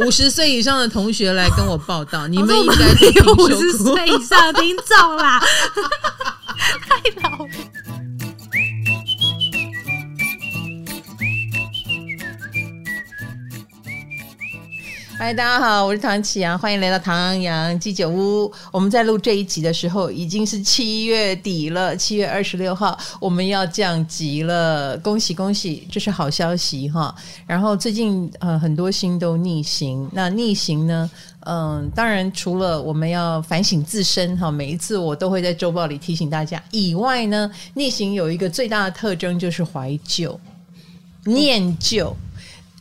五十岁以上的同学来跟我报道，你我们哦说我应们该没是挺有五受十苦岁以上的听众 啦，太老了。嗨，大家好，我是唐启阳，欢迎来到唐阳鸡酒屋。我们在录这一集的时候，已经是七月底了，七月二十六号，我们要降级了，恭喜恭喜，这是好消息哈。然后最近呃很多星都逆行，那逆行呢，嗯、当然除了我们要反省自身哈，每一次我都会在周报里提醒大家以外呢，逆行有一个最大的特征就是怀旧、念旧。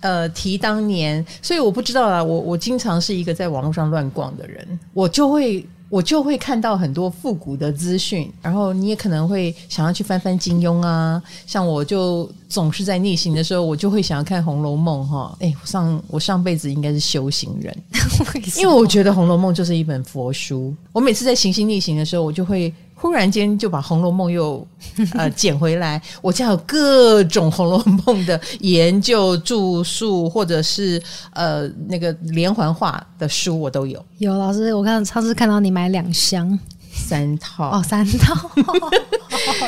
呃提当年，所以我不知道啦。我我经常是一个在网络上乱逛的人，我就会我就会看到很多复古的资讯，然后你也可能会想要去翻翻金庸啊。像我就总是在逆行的时候，我就会想要看《红楼梦》哈。哎、我上我上辈子应该是修行人，因为我觉得《红楼梦》就是一本佛书。我每次在行星逆行的时候，我就会忽然间就把《红楼梦又》呃捡回来。我家有各种《红楼梦》的研究、著述，或者是呃那个连环画的书，我都有有老师，我看上次看到你买两箱三套。哦，三套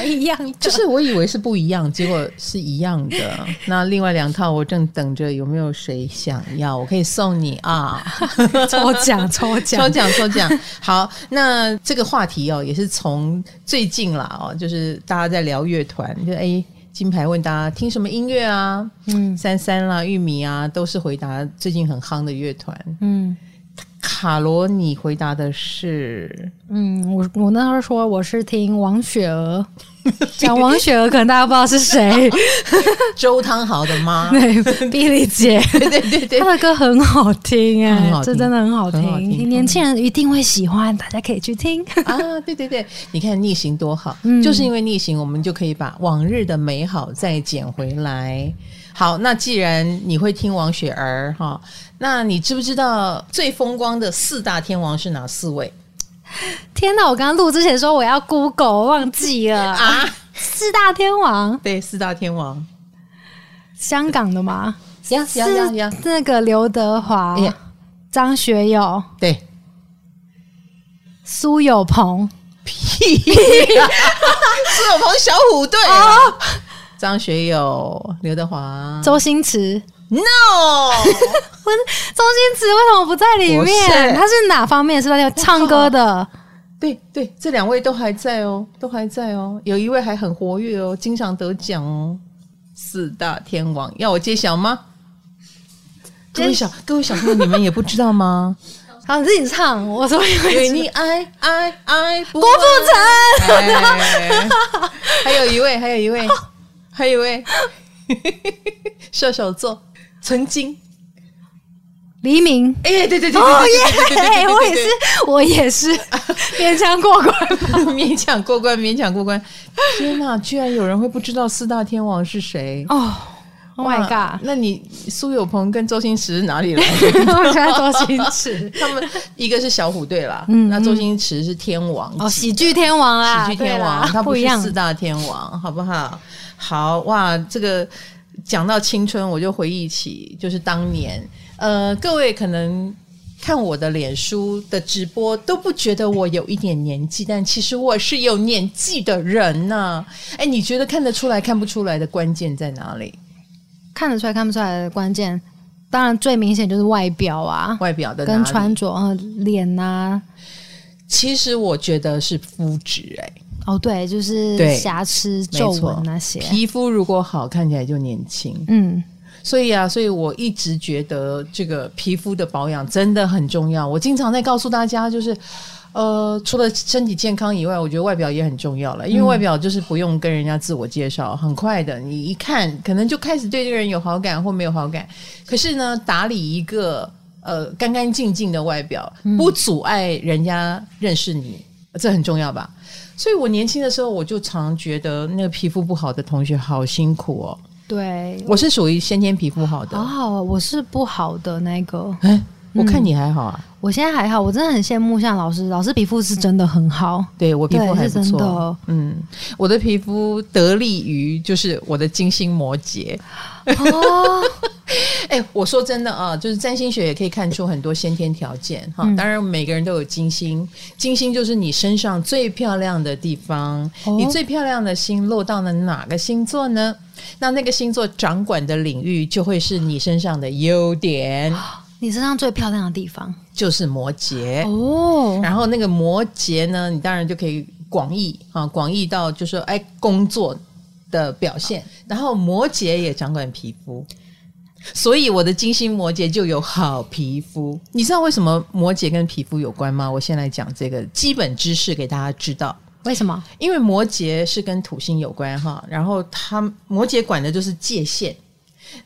一样的，就是我以为是不一样，结果是一样的。那另外两套我正等着有没有谁想要，我可以送你啊。抽奖抽抽奖，奖抽奖。好，那这个话题哦，也是从最近啦哦，就是大家在聊乐团，就哎、金牌问大家听什么音乐啊，嗯三三啦、玉米啊，都是回答最近很夯的乐团。嗯卡罗，你回答的是嗯，我我那时候说我是听王雪儿， 讲王雪儿可能大家不知道是 谁，周汤豪的 吗？对，碧丽 姐，对对对对她。的歌很好听哎、很好听这真的很好很好听听，年轻人一定会喜欢，大家可以去听。 啊，对对对，你看逆行多好，嗯就是因为逆行，我们就可以把往日的美好再捡回来。好，那既然你会听王雪儿哈，那你知不知道最风光的四大天王是哪四位天哪！我刚刚录之前说我要 Google，忘记了。啊？四大天王，对，四大天王，香港的吗？呀呀呀呀，是那个刘德华、耶张学友、哎对，苏有朋。屁，苏有朋小虎队啊。张学友、刘德 华周星驰， ，No，不是周星驰为什么不在里不是面？他是哪方面？是在唱歌 的对对，这两位都还在哦，都还在哦，有一位还很活跃哦，经常得奖哦。四大天王，要我揭晓吗？各位小各位小朋友，你们也不知道 吗？啊，你自己唱。我说因因为为你爱爱爱不郭富城， 完哎还有一位，还有一位，还有一位射手座，曾经，黎明。哎、对对对对哦 对对对对对对耶！对我也 是，我也是 勉强过关。 勉强过关，勉强过关。天哪，居然有人会不知道四大天王是谁？哦，Oh my 哇 god！那你苏有朋跟周星驰哪里来的？ 我喜欢周星驰。 他们一个是小虎队啦，嗯那周星驰是天王级哦，喜剧天王啦，喜剧天对王，啦他不不一是样四。大天王，好不好？好哇，这个讲到青春，我就回忆起就是当年，呃，各位可能。看我的脸书的直播都不觉得我有一点年纪，但其实我是有年纪的人呐、哎，你觉得看得出来看不出来的关键在哪里？看得出来看不出来的关键，当然最明显就是外表啊，外表的跟哪里穿着啊、呃脸呐、其实我觉得是肤质、哎，哦对，就是对瑕疵、皱纹那些，皮肤如果好，看起来就年轻。嗯，所以啊，所以我一直觉得这个皮肤的保养真的很重要。我经常在告诉大家，就是呃，除了身体健康以外，我觉得外表也很重要了。因为外表就是不用跟人家自我介绍，很快的，你一看可能就开始对这个人有好感或没有好感。可是呢，打理一个呃干干净净的外表，不阻碍人家认识你，这很重要吧？所以我年轻的时候，我就常觉得那个皮肤不好的同学好辛苦哦。对，我是属于先天皮肤好的，好好哦，嗯我是不好的那个，哎、我看你还好啊，我现在还好，我真的很羡慕像老师，老师皮肤是真的很好，对我皮肤对还不是真的错。哦。嗯，我哦的皮肤得力于就是我的金星摩羯，哎、我说真的啊，就是占星学也可以看出很多先天条件哈。嗯当然，每个人都有金星，金星就是你身上最漂亮的地方。哦你最漂亮的星落到了哪个星座呢？那那个星座掌管的领域就会是你身上的优点， 你身上最漂亮的地方就是摩羯。哦，然后那个摩羯呢，你当然就可以广义啊，广义到就说哎工作的表现，然后摩羯也掌管皮肤。所以我的金星摩羯就有好皮肤，你知道为什么摩羯跟皮肤有关吗？我先来讲这个基本知识给大家知道。为什么？因为摩羯是跟土星有关哈，然后它摩羯管的就是界限，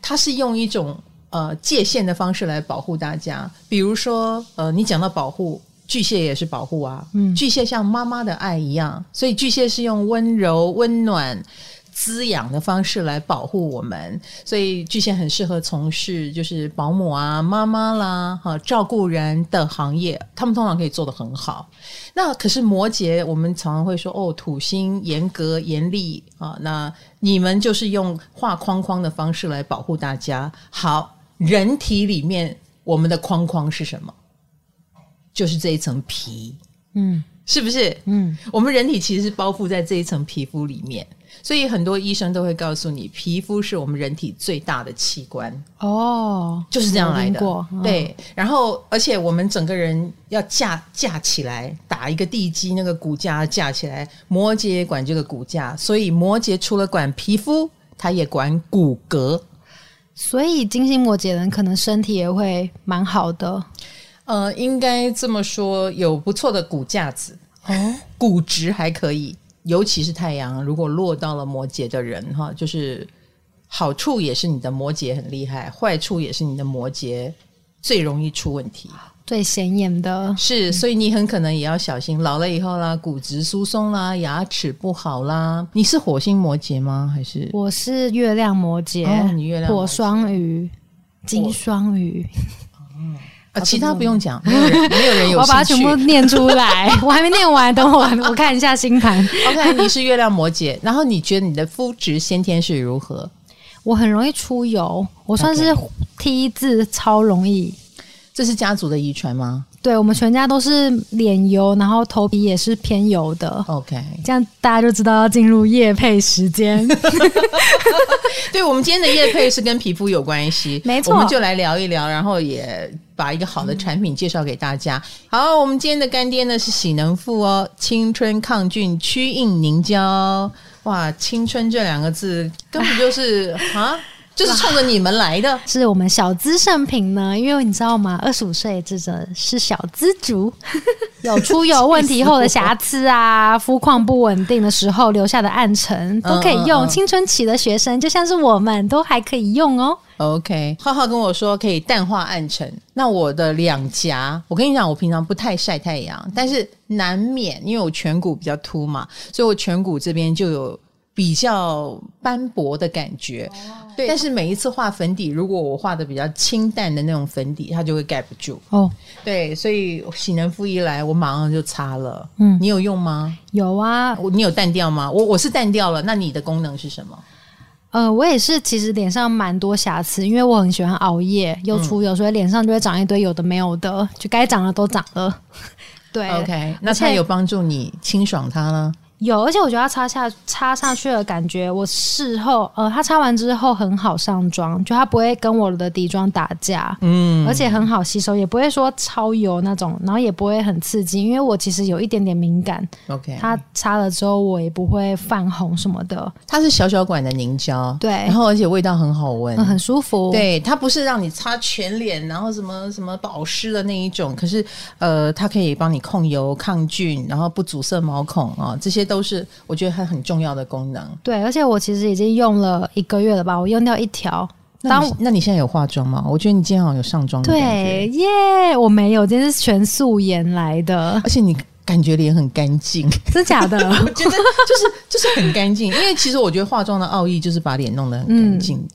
它是用一种呃界限的方式来保护大家。比如说，呃，你讲到保护，巨蟹也是保护啊，嗯巨蟹像妈妈的爱一样，所以巨蟹是用温柔、温暖。滋养的方式来保护我们，所以巨蟹很适合从事就是保姆啊、妈妈啦、哈照顾人的行业，他们通常可以做得很好。那可是摩羯，我们常常会说哦，土星严格严厉啊，那你们就是用画框框的方式来保护大家。好，人体里面我们的框框是什么？就是这一层皮，嗯是不是？嗯，我们人体其实是包覆在这一层皮肤里面，所以很多医生都会告诉你，皮肤是我们人体最大的器官。哦，就是这样来有的听过，嗯，对，然后而且我们整个人要架架起来，打一个地基，那个骨架架起来。摩羯管这个骨架，所以摩羯除了管皮肤，它也管骨骼。所以金星摩羯的人可能身体也会蛮好的呃，应该这么说，有不错的骨架子，哦，骨质还可以，尤其是太阳如果落到了摩羯的人哈，就是好处也是你的摩羯很厉害，坏处也是你的摩羯最容易出问题。最显眼的是，所以你很可能也要小心，老了以后啦，骨质疏松啦，牙齿不好啦。你是火星摩羯吗？还是我是月亮摩羯，哦你月亮摩羯火双鱼，金双鱼，啊？其他不用讲，没有人，没有 人有我把它兴全趣部。念出 来，我还没念完，等我我看一下星盘。 OK，你是月亮摩羯，然后你觉得你的肤质先天是如何？我很容易出油，我算是 T 字超容易。这是家族的遗传吗对我们全家都是脸油，然后头皮也是偏油的， ？OK，这样大家就知道要进入夜配时间。 对我们今天的夜配是跟皮肤有关系，没错我们就来聊一聊，然后也把一个好的产品介绍给大家。好，我们今天的干爹呢是喜能富哦，青春抗菌祛印凝胶。哇，青春这两个字根本 就是啊，就是冲着你们来的。是我们小资圣品呢，因为你知道吗？二十五岁这种是小资族， 有出油问题后的瑕疵啊，肤况不稳定的时候留下的暗沉都可以用。嗯嗯嗯青春期的学生就像是我们都还可以用哦。 OK，浩浩跟我说可以淡化暗沉。那我的两颊，我跟你讲，我平常不太晒太阳，但是难免因为我颧骨比较凸嘛，所以我颧骨这边就有比较斑驳的感觉。哦对，但是每一次画粉底，如果我画的比较清淡的那种粉底，它就会盖不住。哦，对，所以洗能肤一来，我马上就擦了。嗯你有用吗？有啊，我你有淡掉吗？我我是淡掉了，那你的功能是什么？呃，我也是，其实脸上蛮多瑕疵，因为我很喜欢熬夜嗯又出油，所以脸上就会长一堆有的没有的，就该长的都长了。 对 OK，那它而且有帮助你清爽它呢？有，而且我觉得它擦下擦上去的感觉，我事后呃，它擦完之后很好上妆，就它不会跟我的底妆打架，嗯，而且很好吸收，也不会说超油那种，然后也不会很刺激，因为我其实有一点点敏感， OK，它擦了之后我也不会泛红什么的，它是小小管的凝胶，对然后而且味道很好闻。嗯，很舒服，，对，它不是让你擦全脸，然后什么什么保湿的那一种，可是呃，它可以帮你控油、抗菌，然后不阻塞毛孔啊、这些都是我觉得它很重要的功能。对，而且我其实已经用了一个月了吧，我用掉一条，那当你那你现在有化妆吗？我觉得你今天好像有上妆的感觉，对，耶，我没有，今天是全素颜来的，而且你感觉脸很干净，真假的？ 我觉得就是就是很干净。因为其实我觉得化妆的奥义就是把脸弄得很干净。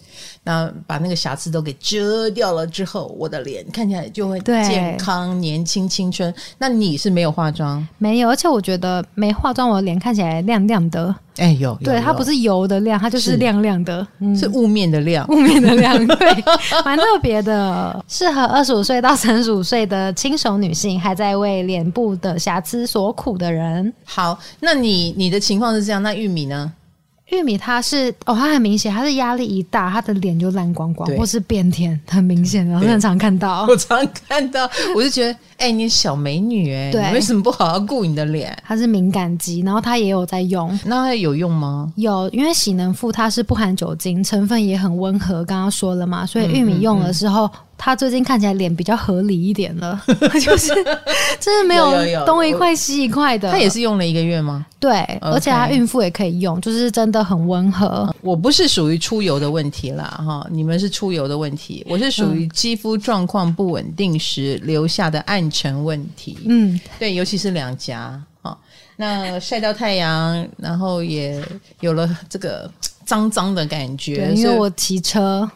那把那个瑕疵都给遮掉了之后，我的脸看起来就会对健康、年轻、青春。那你是没有化妆？没有，而且我觉得没化妆，我的脸看起来亮亮的。哎，有，有对，它有不是油的亮，它就是是亮亮的，嗯，是雾面的亮。雾面的亮，对，蛮特别的，适合二十五岁到三十五岁的轻熟女性，还在为脸部的瑕疵所苦的人。好，那你你的情况是这样，那玉米呢？玉米它是哦，它很明显，它是压力一大，它的脸就烂光光，对或是变天，很明显的，对很常看到。我常看到，我就觉得，哎、你小美女、哎，对你为什么不好好顾你的脸？它是敏感肌，然后它也有在用。那它有用吗？有，因为洗能肤它是不含酒精，成分也很温和，刚刚说了嘛，所以玉米用了之后，它最近看起来脸比较合理一点 了，就是真的没有有有东一块西一块的。它也是用了一个月吗？对，而且它孕妇也可以用，就是真的很温和。我不是属于出油的问题啦，哈，你们是出油的问题，我是属嗯于肌肤状况不稳定时留下的暗沉问题。嗯，对，尤其是两颊哈，那晒到太阳，然后也有了这个脏脏的感觉，对，因为所以嗯我骑车，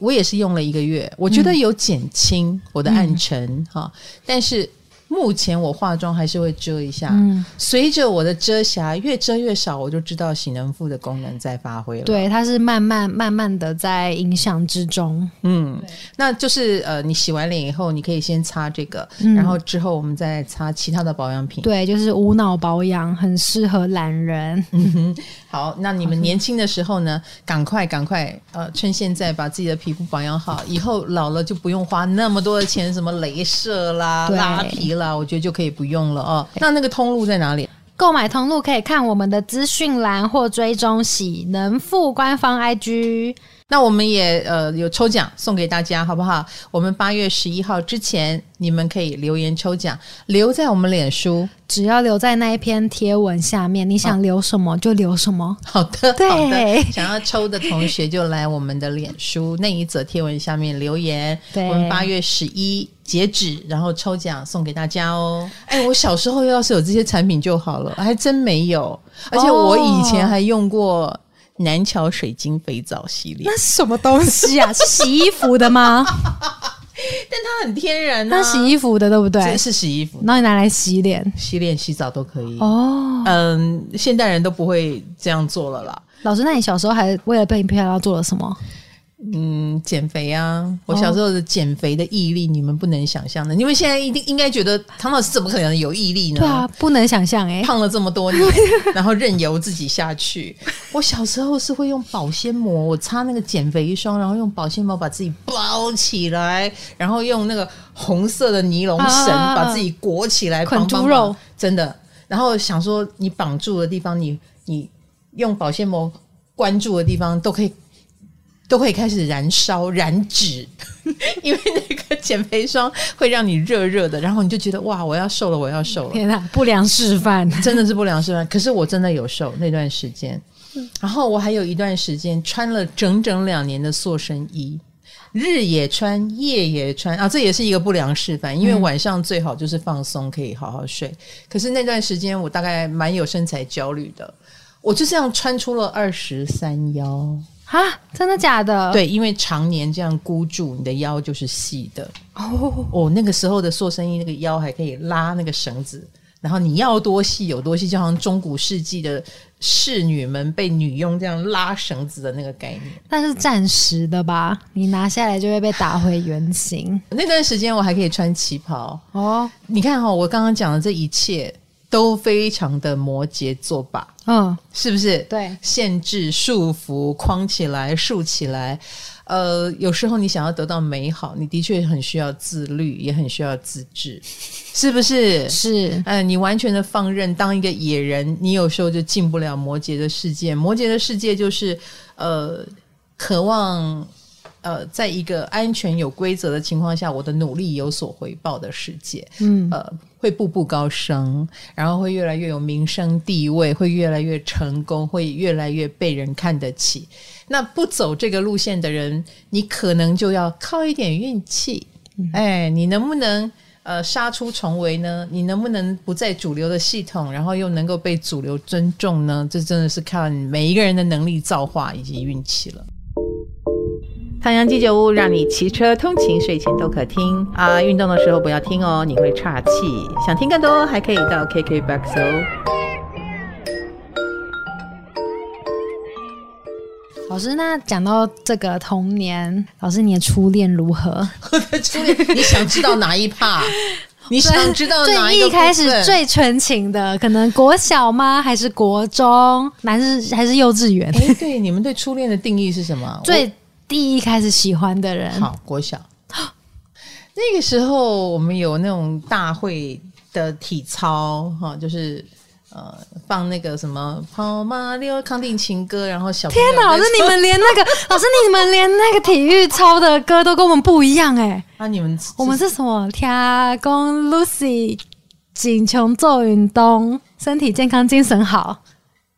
我也是用了一个月，我觉嗯得有减轻我的暗沉哈、但是目前我化妆还是会遮一下。嗯，随着我的遮瑕越遮越少，我就知道洗能肤的功能在发挥了。，对，它是慢慢慢慢的在影响之中。嗯，那就是呃，你洗完脸以后，你可以先擦这个，然后之后我们再擦其他的保养品。嗯对，就是无脑保养，很适合懒人。嗯好，那你们年轻的时候呢，赶快赶快，呃，趁现在把自己的皮肤保养好，以后老了就不用花那么多的钱，什么镭射啦、对拉皮啦，我觉得就可以不用了哦。那那个通路在哪里？购买通路可以看我们的资讯栏或追踪喜能富官方 IG。那我们也呃有抽奖送给大家，好不好？我们八月十一号之前，你们可以留言抽奖，留在我们脸书。只要留在那一篇贴文下面，你想留什么就留什么。好的，对好的。想要抽的同学就来我们的脸书那一则贴文下面留言。对我们八月十一截止，然后抽奖送给大家哦。哎，我小时候要是有这些产品就好了，还真没有。而且我以前还用过南桥水晶肥皂系列，那是什么东西啊？是 洗衣服的吗？但它很天然啊， 那洗衣服的对不对？这是洗衣服、然后你拿来洗脸。洗脸、洗澡都可以。哦，嗯，现代人都不会这样做了啦。老师，那你小时候还为了变漂亮做了什么？嗯，减肥啊！哦我小时候的减肥的毅力，你们不能想象的。你们现在一定应该觉得唐老师怎么可能有毅力呢？对啊，不能想象哎、胖了这么多年，然后任由自己下去。 我小时候是会用保鲜膜，我擦那个减肥霜，然后用保鲜膜把自己包起来，然后用那个红色的尼龙绳啊啊啊把自己裹起来，捆绑绑猪肉绑真的。然后想说，你绑住的地方，你你用保鲜膜关住的地方，都可以都会开始燃烧燃脂， 因为那个减肥霜会让你热热的，然后你就觉得哇，我要瘦了，我要瘦了。天哪、不良示 范。 真的是不良示范。可是我真的有瘦那段时间，然后我还有一段时间穿了整整两年的塑身衣，日也穿，夜也穿啊，这也是一个不良示范。因为晚上最好就是放松，可以好好睡。可是那段时间我大概蛮有身材焦虑的，我就这样穿出了二十三腰。啊，真的假的？，对，因为常年这样箍住，你的腰就是细的。哦，我、那个时候的塑身衣，那个腰还可以拉那个绳子，然后你要多细有多细，就好像中古世纪的侍女们被女佣这样拉绳子的那个概念。那是暂时的吧？你拿下来就会被打回原形。那段时间我还可以穿旗袍，哦，你看哈、我刚刚讲的这一切都非常的摩羯座吧，嗯，是不是？对，限制、束缚、框起来、束起来。呃，有时候你想要得到美好，你的确很需要自律，也很需要自制，是不是？是，嗯、你完全的放任，当一个野人，你有时候就进不了摩羯的世界。摩羯的世界就是，呃，渴望，呃，在一个安全有规则的情况下，我的努力有所回报的世界。嗯，呃，会步步高升，然后会越来越有名声地位，会越来越成功，会越来越被人看得起。那不走这个路线的人，你可能就要靠一点运气。嗯哎，你能不能呃杀出重围呢？你能不能不在主流的系统，然后又能够被主流尊重呢？这真的是看每一个人的能力造化以及运气了。唐阳鸡酒屋让你骑车通勤、睡前都可听啊！运动的时候不要听哦，你会岔气。想听更多，还可以到 KKBOX 哦。老师，那讲到这个童年，老师你的初恋如何？我的初恋，你想知道哪一趴？你想知道哪最一个部一开始分最纯情的，可能国小吗？还是国中？还是还是幼稚园？哎，对，你们对初恋的定义是什么？最第一开始喜欢的人，好，国小 那个时候，我们有那种大会的体操哈、就是呃放那个什么跑马溜康定情歌，然后小朋友天哪！老师在，你们连 那个老师你们连那个体育操的歌都跟我们不一样哎、啊，你们我们是什么？天公 Lucy，锦琼做运动，身体健康，精神好。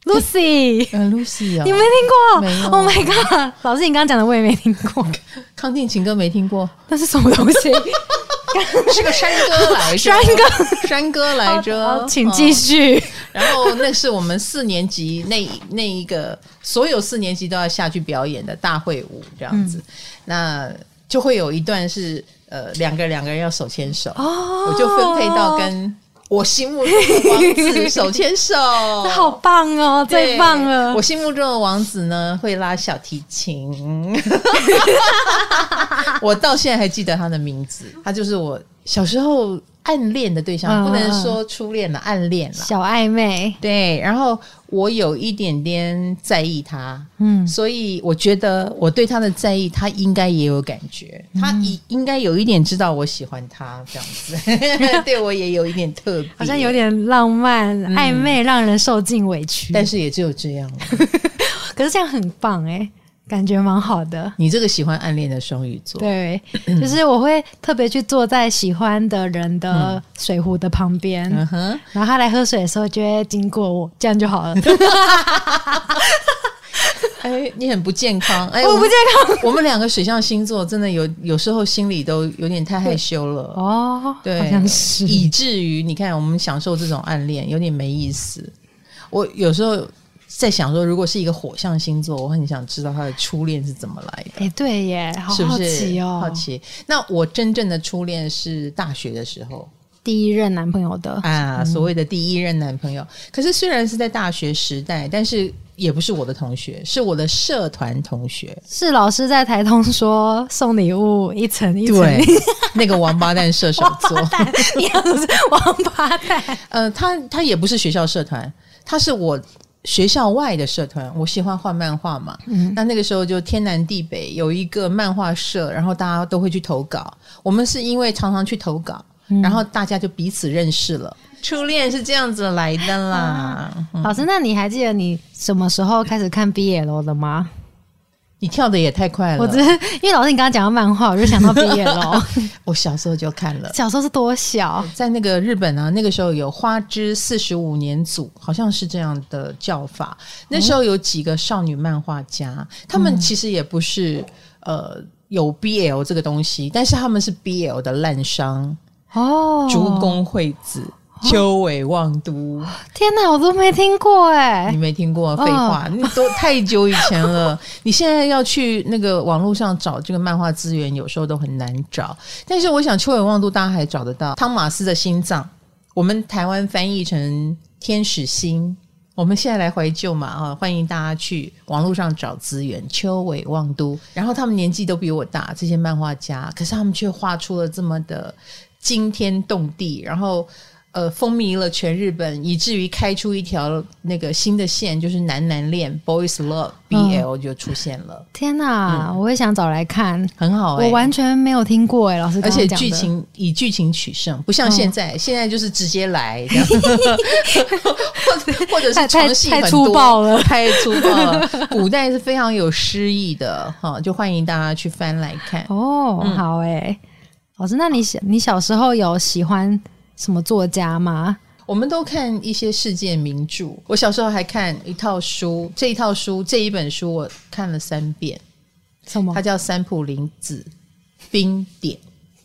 Lucy， 呃 Lucy 啊、你没没听有过？Oh my god！老师，你刚刚讲的我也没听 过，康定情歌没听 过，那是什么东西？ 是个山歌来着，山歌山歌 来着好，请继续。续。然后那是我们四年级那一那一个所有四年级都要下去表演的大会舞这样子，嗯那就会有一段是呃两个两个人要手牵手，哦我就分配到跟我心目中的王 子手牵手，这好棒哦，对最棒了我！心目中的王子呢会拉小提 琴，我到现在还记得他的名字，他就是我小时候暗恋的对象，嗯不能说初恋了，暗恋了。小暧昧，对，然后我有一点点在意他，嗯，所以我觉得我对他的在意，他应该也有感觉，嗯他应应该有一点知道我喜欢他这样 子，对我也有一点特别，好像有，点浪漫，嗯暧昧让人受尽委屈。但是也只有这 样了。可是这样很棒哎、感觉蛮好的。你这个喜欢暗恋的双鱼座，对， 就是我会特别去坐在喜欢的人的水壶的旁边，嗯哼，然后他来喝水的时候就会经过我，这样就好 了。哎，你很不健康，哎，我不们健康我们两个水象星座真的有有时候心里都有点太害羞了。哦，对好像是以至于你看，我们享受这种暗恋有点没意思。我有时候在想说，如果是一个火象星座，我很想知道他的初恋是怎么来的，哎、对耶，好是不好是？奇哦，好奇。那我真正的初恋是大学的时候第一任男朋友的，啊，所谓的第一任男朋友。可是虽然是在大学时代，但是也不是我的同学，是我的社团同学。是老师在台通说送礼物一层一层，对，那个王八蛋射手 王座八。蛋，你要是王八蛋，呃，他他也不是学校社团，他是我学校外的社团。我喜欢画漫画嘛，那那个时候就天南地北有一个漫画社，然后大家都会去投稿。我们是因为常常去投稿，然后大家就彼此认识了。初恋是这样子来的啦。嗯老师，那你还记得你什么时候开始看 BL 的吗？你跳的也太快了，我只是因为老师你刚刚讲到漫画，我就想到 BL，我小时候就看了。小时候是多小？在那个日本啊，那个时候有花之四十五年组，好像是这样的叫法。那时候有几个少女漫画家，他们其实也不是呃有 BL 这个东西，但是他们是 BL 的滥觞，哦，竹宫惠子、秋尾望都，天哪，我都没听过哎你。没听过？啊废话，那都太久以前了。你现在要去那个网络上找这个漫画资源，有时候都很难找。但是我想，秋尾望都大家还找得到。汤马斯的心脏，我们台湾翻译成天使心。我们现在来怀旧嘛啊！欢迎大家去网络上找资源。秋尾望都，然后他们年纪都比我大，这些漫画家，可是他们却画出了这么的惊天动地，然后呃风靡了全日本，以至于开出一条那个新的线，就是男男恋 （boys love BL） 就出现了，天哪，我也想找来看，很好嗯哎、我完全没有听过哎。老师嗯而刚且刚讲的，剧嗯情以剧情取胜，不像现在，现在就是直接来，这样 或或者是太太床戏很太多粗暴了太粗暴了。古代是非常有诗意的哈，就欢迎大家去翻来看。哦，嗯好哎。老师，那你小你小时候有喜欢什么作家吗？我们都看一些世界名著，我小时候还看一套书，这一套书这一本书我看了三遍，什么它叫三浦林子冰点。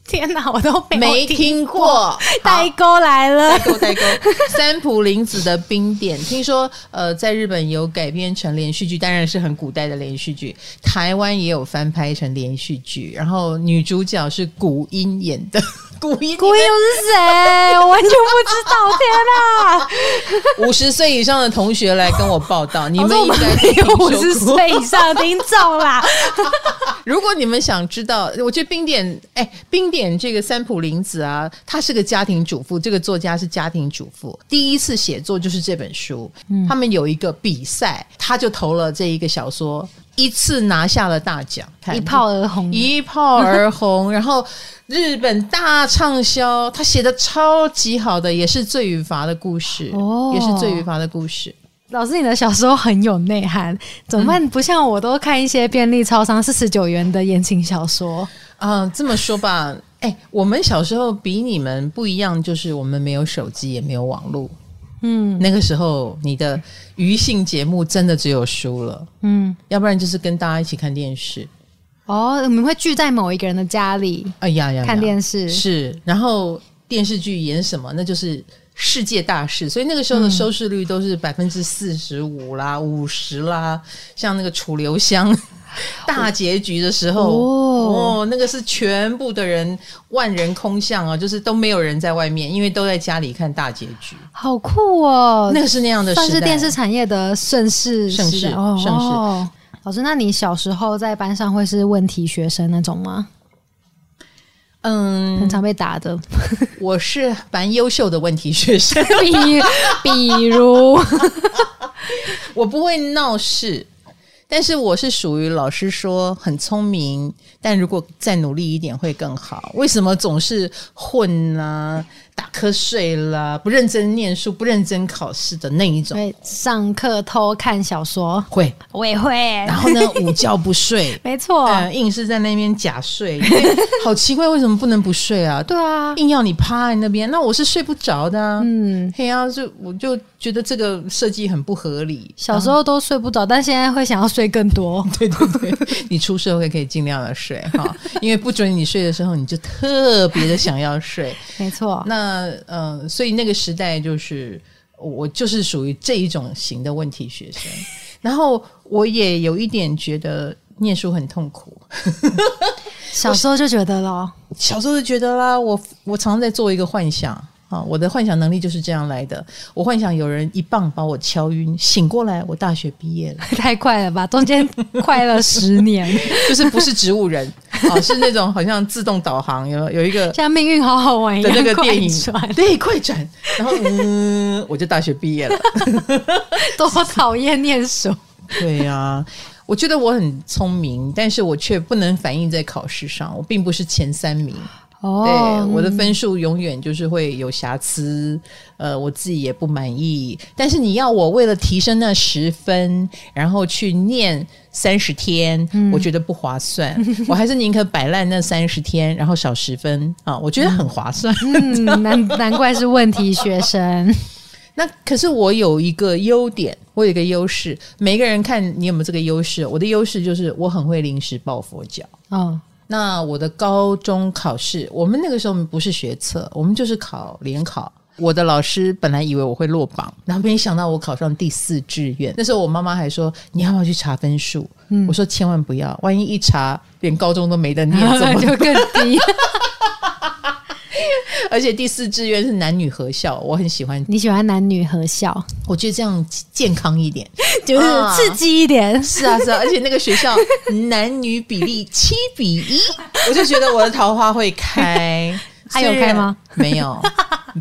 天哪，我都没听过。 代沟来了代。沟代沟， 三浦林子的冰点，听说呃，在日本有改编成连续剧，当然是很古代的连续剧，台湾也有翻拍成连续剧，然后女主角是古音演 的，古音古英是谁？我完全不知道。天哪！啊五十岁以上的同学来跟我报道， 你我们说我应们该没有五听十说过岁以上的听众 啊啦。如果你们想知道，我觉得冰点，哎、冰点这个三浦林子啊，她是个家庭主妇，这个作家是家庭主妇，第一次写作就是这本书。嗯他们有一个比赛，她就投了这一个小说，一次拿下了大奖，看一炮而红，一炮而红， 然后日本大畅销，她写的超级好的，也是《罪与罚》的故事，哦也是《罪与罚》的故事。老师，你的小时候很有内涵，怎么嗯办？不像我都看一些便利超商四十九元的言情小说，嗯，这么说吧，哎、我们小时候比你们不一样，就是我们没有手机，也没有网络。嗯那个时候，你的娱性节目真的只有书了，嗯，要不然就是跟大家一起看电视。哦，我们会聚在某一个人的家里哎呀呀呀，看电视，是，然后电视剧演什么，那就是世界大事，所以那个时嗯候的收视率都是百分之四十五啦、五十啦，像那个楚留 香大结局的时候，哦哦那个是全部的人万人空巷啊，就是都没有人在外面，因为都在家里看大结局，好酷哦！那个是那样的时代，算是电视产业的盛世盛时代世哦盛世哦。老师，那你小时候在班上会是问题学生那种吗？嗯，很常被打的，我是蛮优秀的问题学生， 比比 如，我不会闹事，但是我是属于老师说很聪明，但如果再努力一点会更好。为什么总是混啊、打瞌睡啦、不认真念书、不认真考试的那一种？对，上课偷看小说，会，我也会，。然后呢，午觉不睡 嗯没错，呃，硬是在那边假睡，因为好奇怪，为什么不能不睡啊？对啊，硬要你趴在那边，那我是睡不着的啊。嗯。嘿啊，就我就觉得这个设计很不合理。小时候都睡不着，但现在会想要睡更多。 对对对，你出社会可以尽量的睡哈，因为不准你睡的时候，你就特别的想要睡。 没错，那呃，所以那个时代就是我就是属于这一种型的问题学生，然后我也有一点觉得。念书很痛苦，小时候就觉得咯， 小时候就觉得啦，我我常常在做一个幻想啊，我的幻想能力就是这样来的。我幻想有人一棒把我敲晕，醒过来，我大学毕业了。太快了吧？中间快了十年， 就是不是植物人啊，是那种好像自动导航，有有一个像命运好好玩一的样。那个 快电影转，对，快转，然后嗯，我就大学毕业 了。多讨厌念 书。对呀、我觉得我很聪明，但是我却不能反映在考试上，我并不是前三名。哦对，我的分数永远就是会有瑕疵，呃，我自己也不满意。但是你要我为了提升那十分，然后去念三十天，嗯我觉得不划算。我还是宁可摆烂那三十天，然后少十分啊，我觉得很划算。嗯，难难怪是问题学生。那可是我有一个优点，我有一个优势。每个人看你有没有这个优势，我的优势就是我很会临时抱佛脚。 哦，那我的高中考试，我们那个时候不是学测，我们就是考联考。我的老师本来以为我会落榜，然后没想到我考上第四志愿。那时候我妈妈还说：“你要不要去查分数？”嗯我说：“千万不要，万一一查，连高中都没得念，怎么 就更低。而且第四志愿是男女合校，我很喜欢，你喜欢男女合 校，我觉得这样健康一点。 就是啊刺激一点。是啊， 是啊，而且那个学校男女比例七比一，我就觉得我的桃花会 啊开。还有开吗虽然？没有，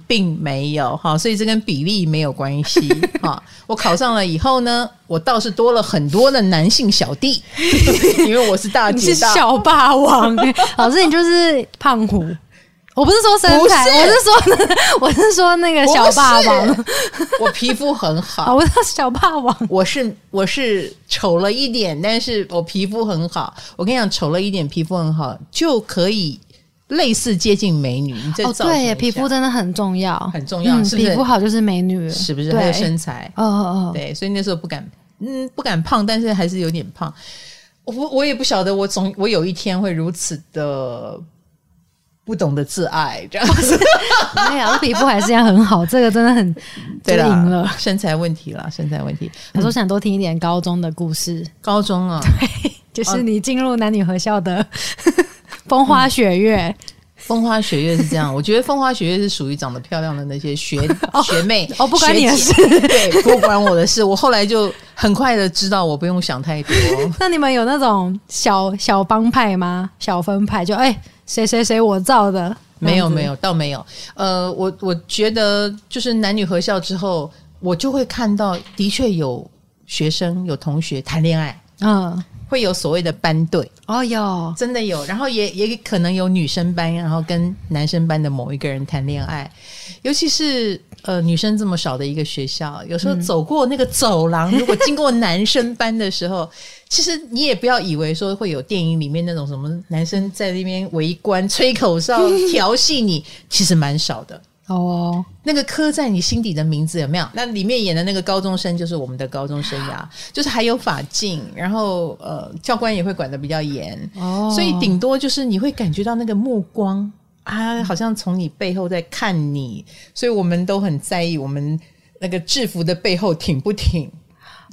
并没有哈，所以这跟比例没有关 系哈。我考上了以后呢，我倒是多了很多的男性小弟， 因为我是大你姐是大。小 霸王、欸，老师，你就是胖虎。我不是说身材，不是我是说， 我是说那个小霸王我。不是， 我皮肤很啊，好，我是小霸王，我是我是丑了一点，但是我皮肤很好。我跟你讲，丑了一点，皮肤很好就可以类似接近美女。你这哦，造型对耶，一皮下肤真的很重要，嗯很重要是不是皮肤好就是美女，是不是？对还有身材，哦哦哦，对，所以那时候不敢，嗯，不敢胖，但是还是有点胖。我我也不晓得，我总我有一天会如此的不懂得自爱这样。哦哎呀，我皮肤还是要很好，这个真的很就 对啦 赢了。身材问题啦，身材问题。我说想多听一点高中的故事，高中啊，就是你进入男女合校的 风花雪月，风花雪月是这样，我 觉得风花雪月是属于长得漂亮的那些学、学妹 哦不关你的学姐 对，不关我的事。我后来就很快的知道，我不用想 太多。那你们有那种小小帮派吗？小分派就哎，谁谁谁我造的？没有没有，有，倒没有。呃，我我觉得就是男女合校之后，我就会看到，的确有学生有同学谈恋爱，嗯，会有所谓的班队，哦有，真的有。然后也也可能有女生班，然后跟男生班的某一个人谈恋爱。尤其是呃女生这么少的一个学校，有时候走过那个走廊，如果经过男生班的时候， 其实你也不要以为说会有电影里面那种什么男生在那边围观、吹口哨、调戏你， 其实蛮少的。哦，那个刻在你心底的名字有没有？那里面演的那个高中生就是我们的高中生涯，就是还有法镜，然后呃，教官也会管得比较严，哦所以顶多就是你会感觉到那个目光嗯啊，好像从你背后在看你，所以我们都很在意我们那个制服的背后挺不哦挺。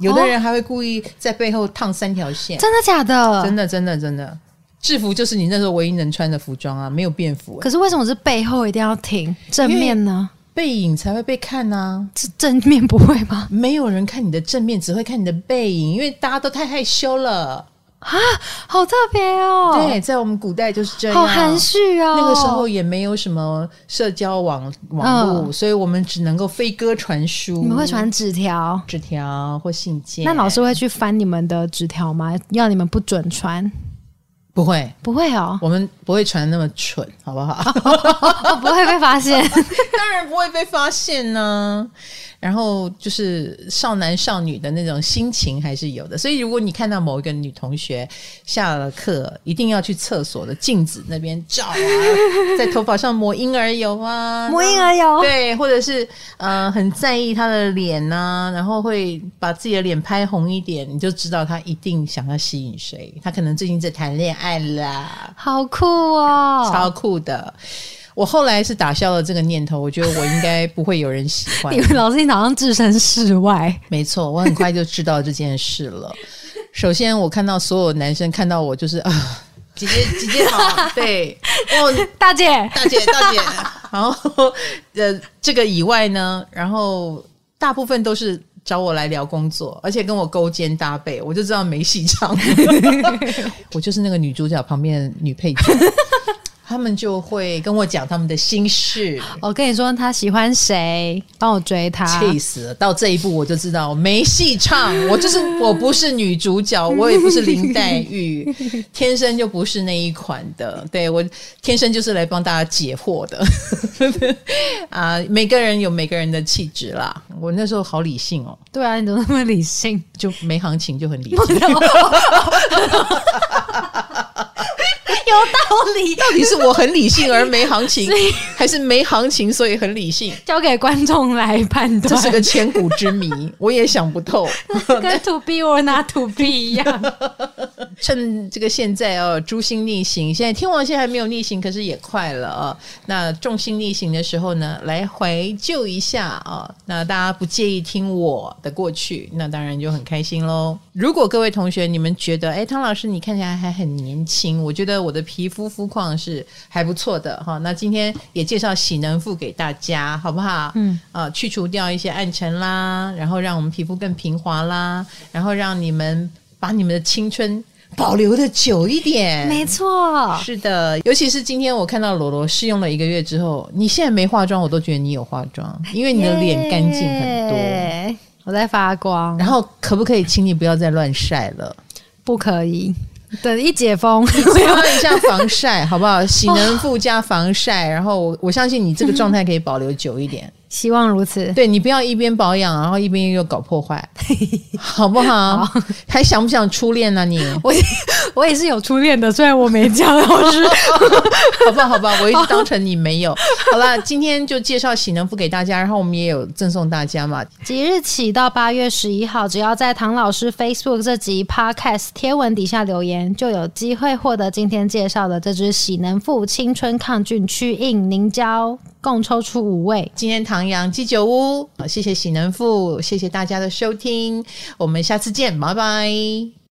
有的人还会故意在背后烫三条线，真的假的？真的。的真的真的，制服就是你那时候唯一能穿的服装啊，没有便服、可是为什么是背后一定要挺，正面呢？背影才会被看呐、这正面不会吗？ 没有人看你的正面，只会看你的背影，因为大家都太害羞了。好特别哦，对，在我们古代就是这样，好含蓄哦。那个时候也没有什么社交网网络，所以我们只能够飞鸽传书。嗯你们会传纸条，纸条或信件？那老师会去翻你们的纸条吗？要你们不准传？不会，不 会哦，我们不会传那么蠢，好不 好？哦不会被 发现。当然不会被发现呢、然后就是少男少女的那种心情还是有的，所以如果你看到某一个女同学下了课，一定要去厕所的镜子那边照 啊，在头发上抹婴儿油啊，魔婴而有，对，或者是呃很在意她的脸呐、然后会把自己的脸拍红一点，你就知道她一定想要吸引谁，她可能最近在谈恋爱啦。好酷哦，超酷的。我后来是打消了这个念头，我觉得我应该不会有人喜欢 你。们老师，你好像置身事外，没错，我很快就知道这件事了。首先，我看到所有男生看到我就是啊，姐姐姐姐啊好， 对，哦，大姐。大姐大姐。然后呃，这个以外呢，然后大部分都是找我来聊工作，而且跟我勾肩搭背，我就知道没戏唱。我就是那个女主角旁边的女配角，他们就会跟我讲他们的心事。我跟你说，他喜欢谁，帮我追他。气死了！到这一步我就知道我没戏唱，我就是我不是女主角，我也不是林黛玉，天生就不是那一款的。对我天生就是来帮大家解惑的 啊！每个人有每个人的气质啦。我那时候好理性哦，对啊，你怎么那么理性？ 就没行情就很理性。有道理，到底是我很理性而没行情，还是没行情所以很理性？交给观众来判这是断，个千古之谜，我也想不透。跟 to B or not to B 一 样。趁这个现在哦，诛心逆行，现在天王星还没有逆行，可是也快了啊、那众星逆行的时候呢，来怀旧一下啊、那大家不介意听我的过去，那当然就很开心喽。如果各位同学你们觉得，哎，汤老师你看起来还很年轻，我觉得我的皮肤肤况是还不错的哈、那今天也介绍洗能妇给大家，好不好？嗯，啊，去除掉一些暗沉啦，然后让我们皮肤更平滑啦，然后让你们把你们的青春保留的久一点。没错，是的，尤其是今天我看到罗罗试用了一个月之后，你现在没化妆，我都觉得你有化 妆，因为你的脸干净很多。耶。我在发光，然后可不可以请你不要再乱晒 了，不可以。等一解封， 我要擦一下防晒好不好？洗能附加防 晒，然后我我相信你这个状态可以保留久一点。希望如此。 对你不要一边保养，然后一边又搞破坏，好不好？还想不想初恋呢、你我我也 是有初恋的，虽然我没讲，老师。 好吧，好吧，我一直当成你没有。好了，今天就介绍喜能富给大家，然后我们也有赠送大家嘛。即日起到八月十一号，只要在唐老师 Facebook 这集 Podcast 贴文底下留言，就有机会获得今天介绍的这支喜能富青春抗菌驱应凝胶，共抽出五位。今天唐阳鸡酒屋，呃谢谢喜能富，谢谢大家的收听，我们下次见，拜拜。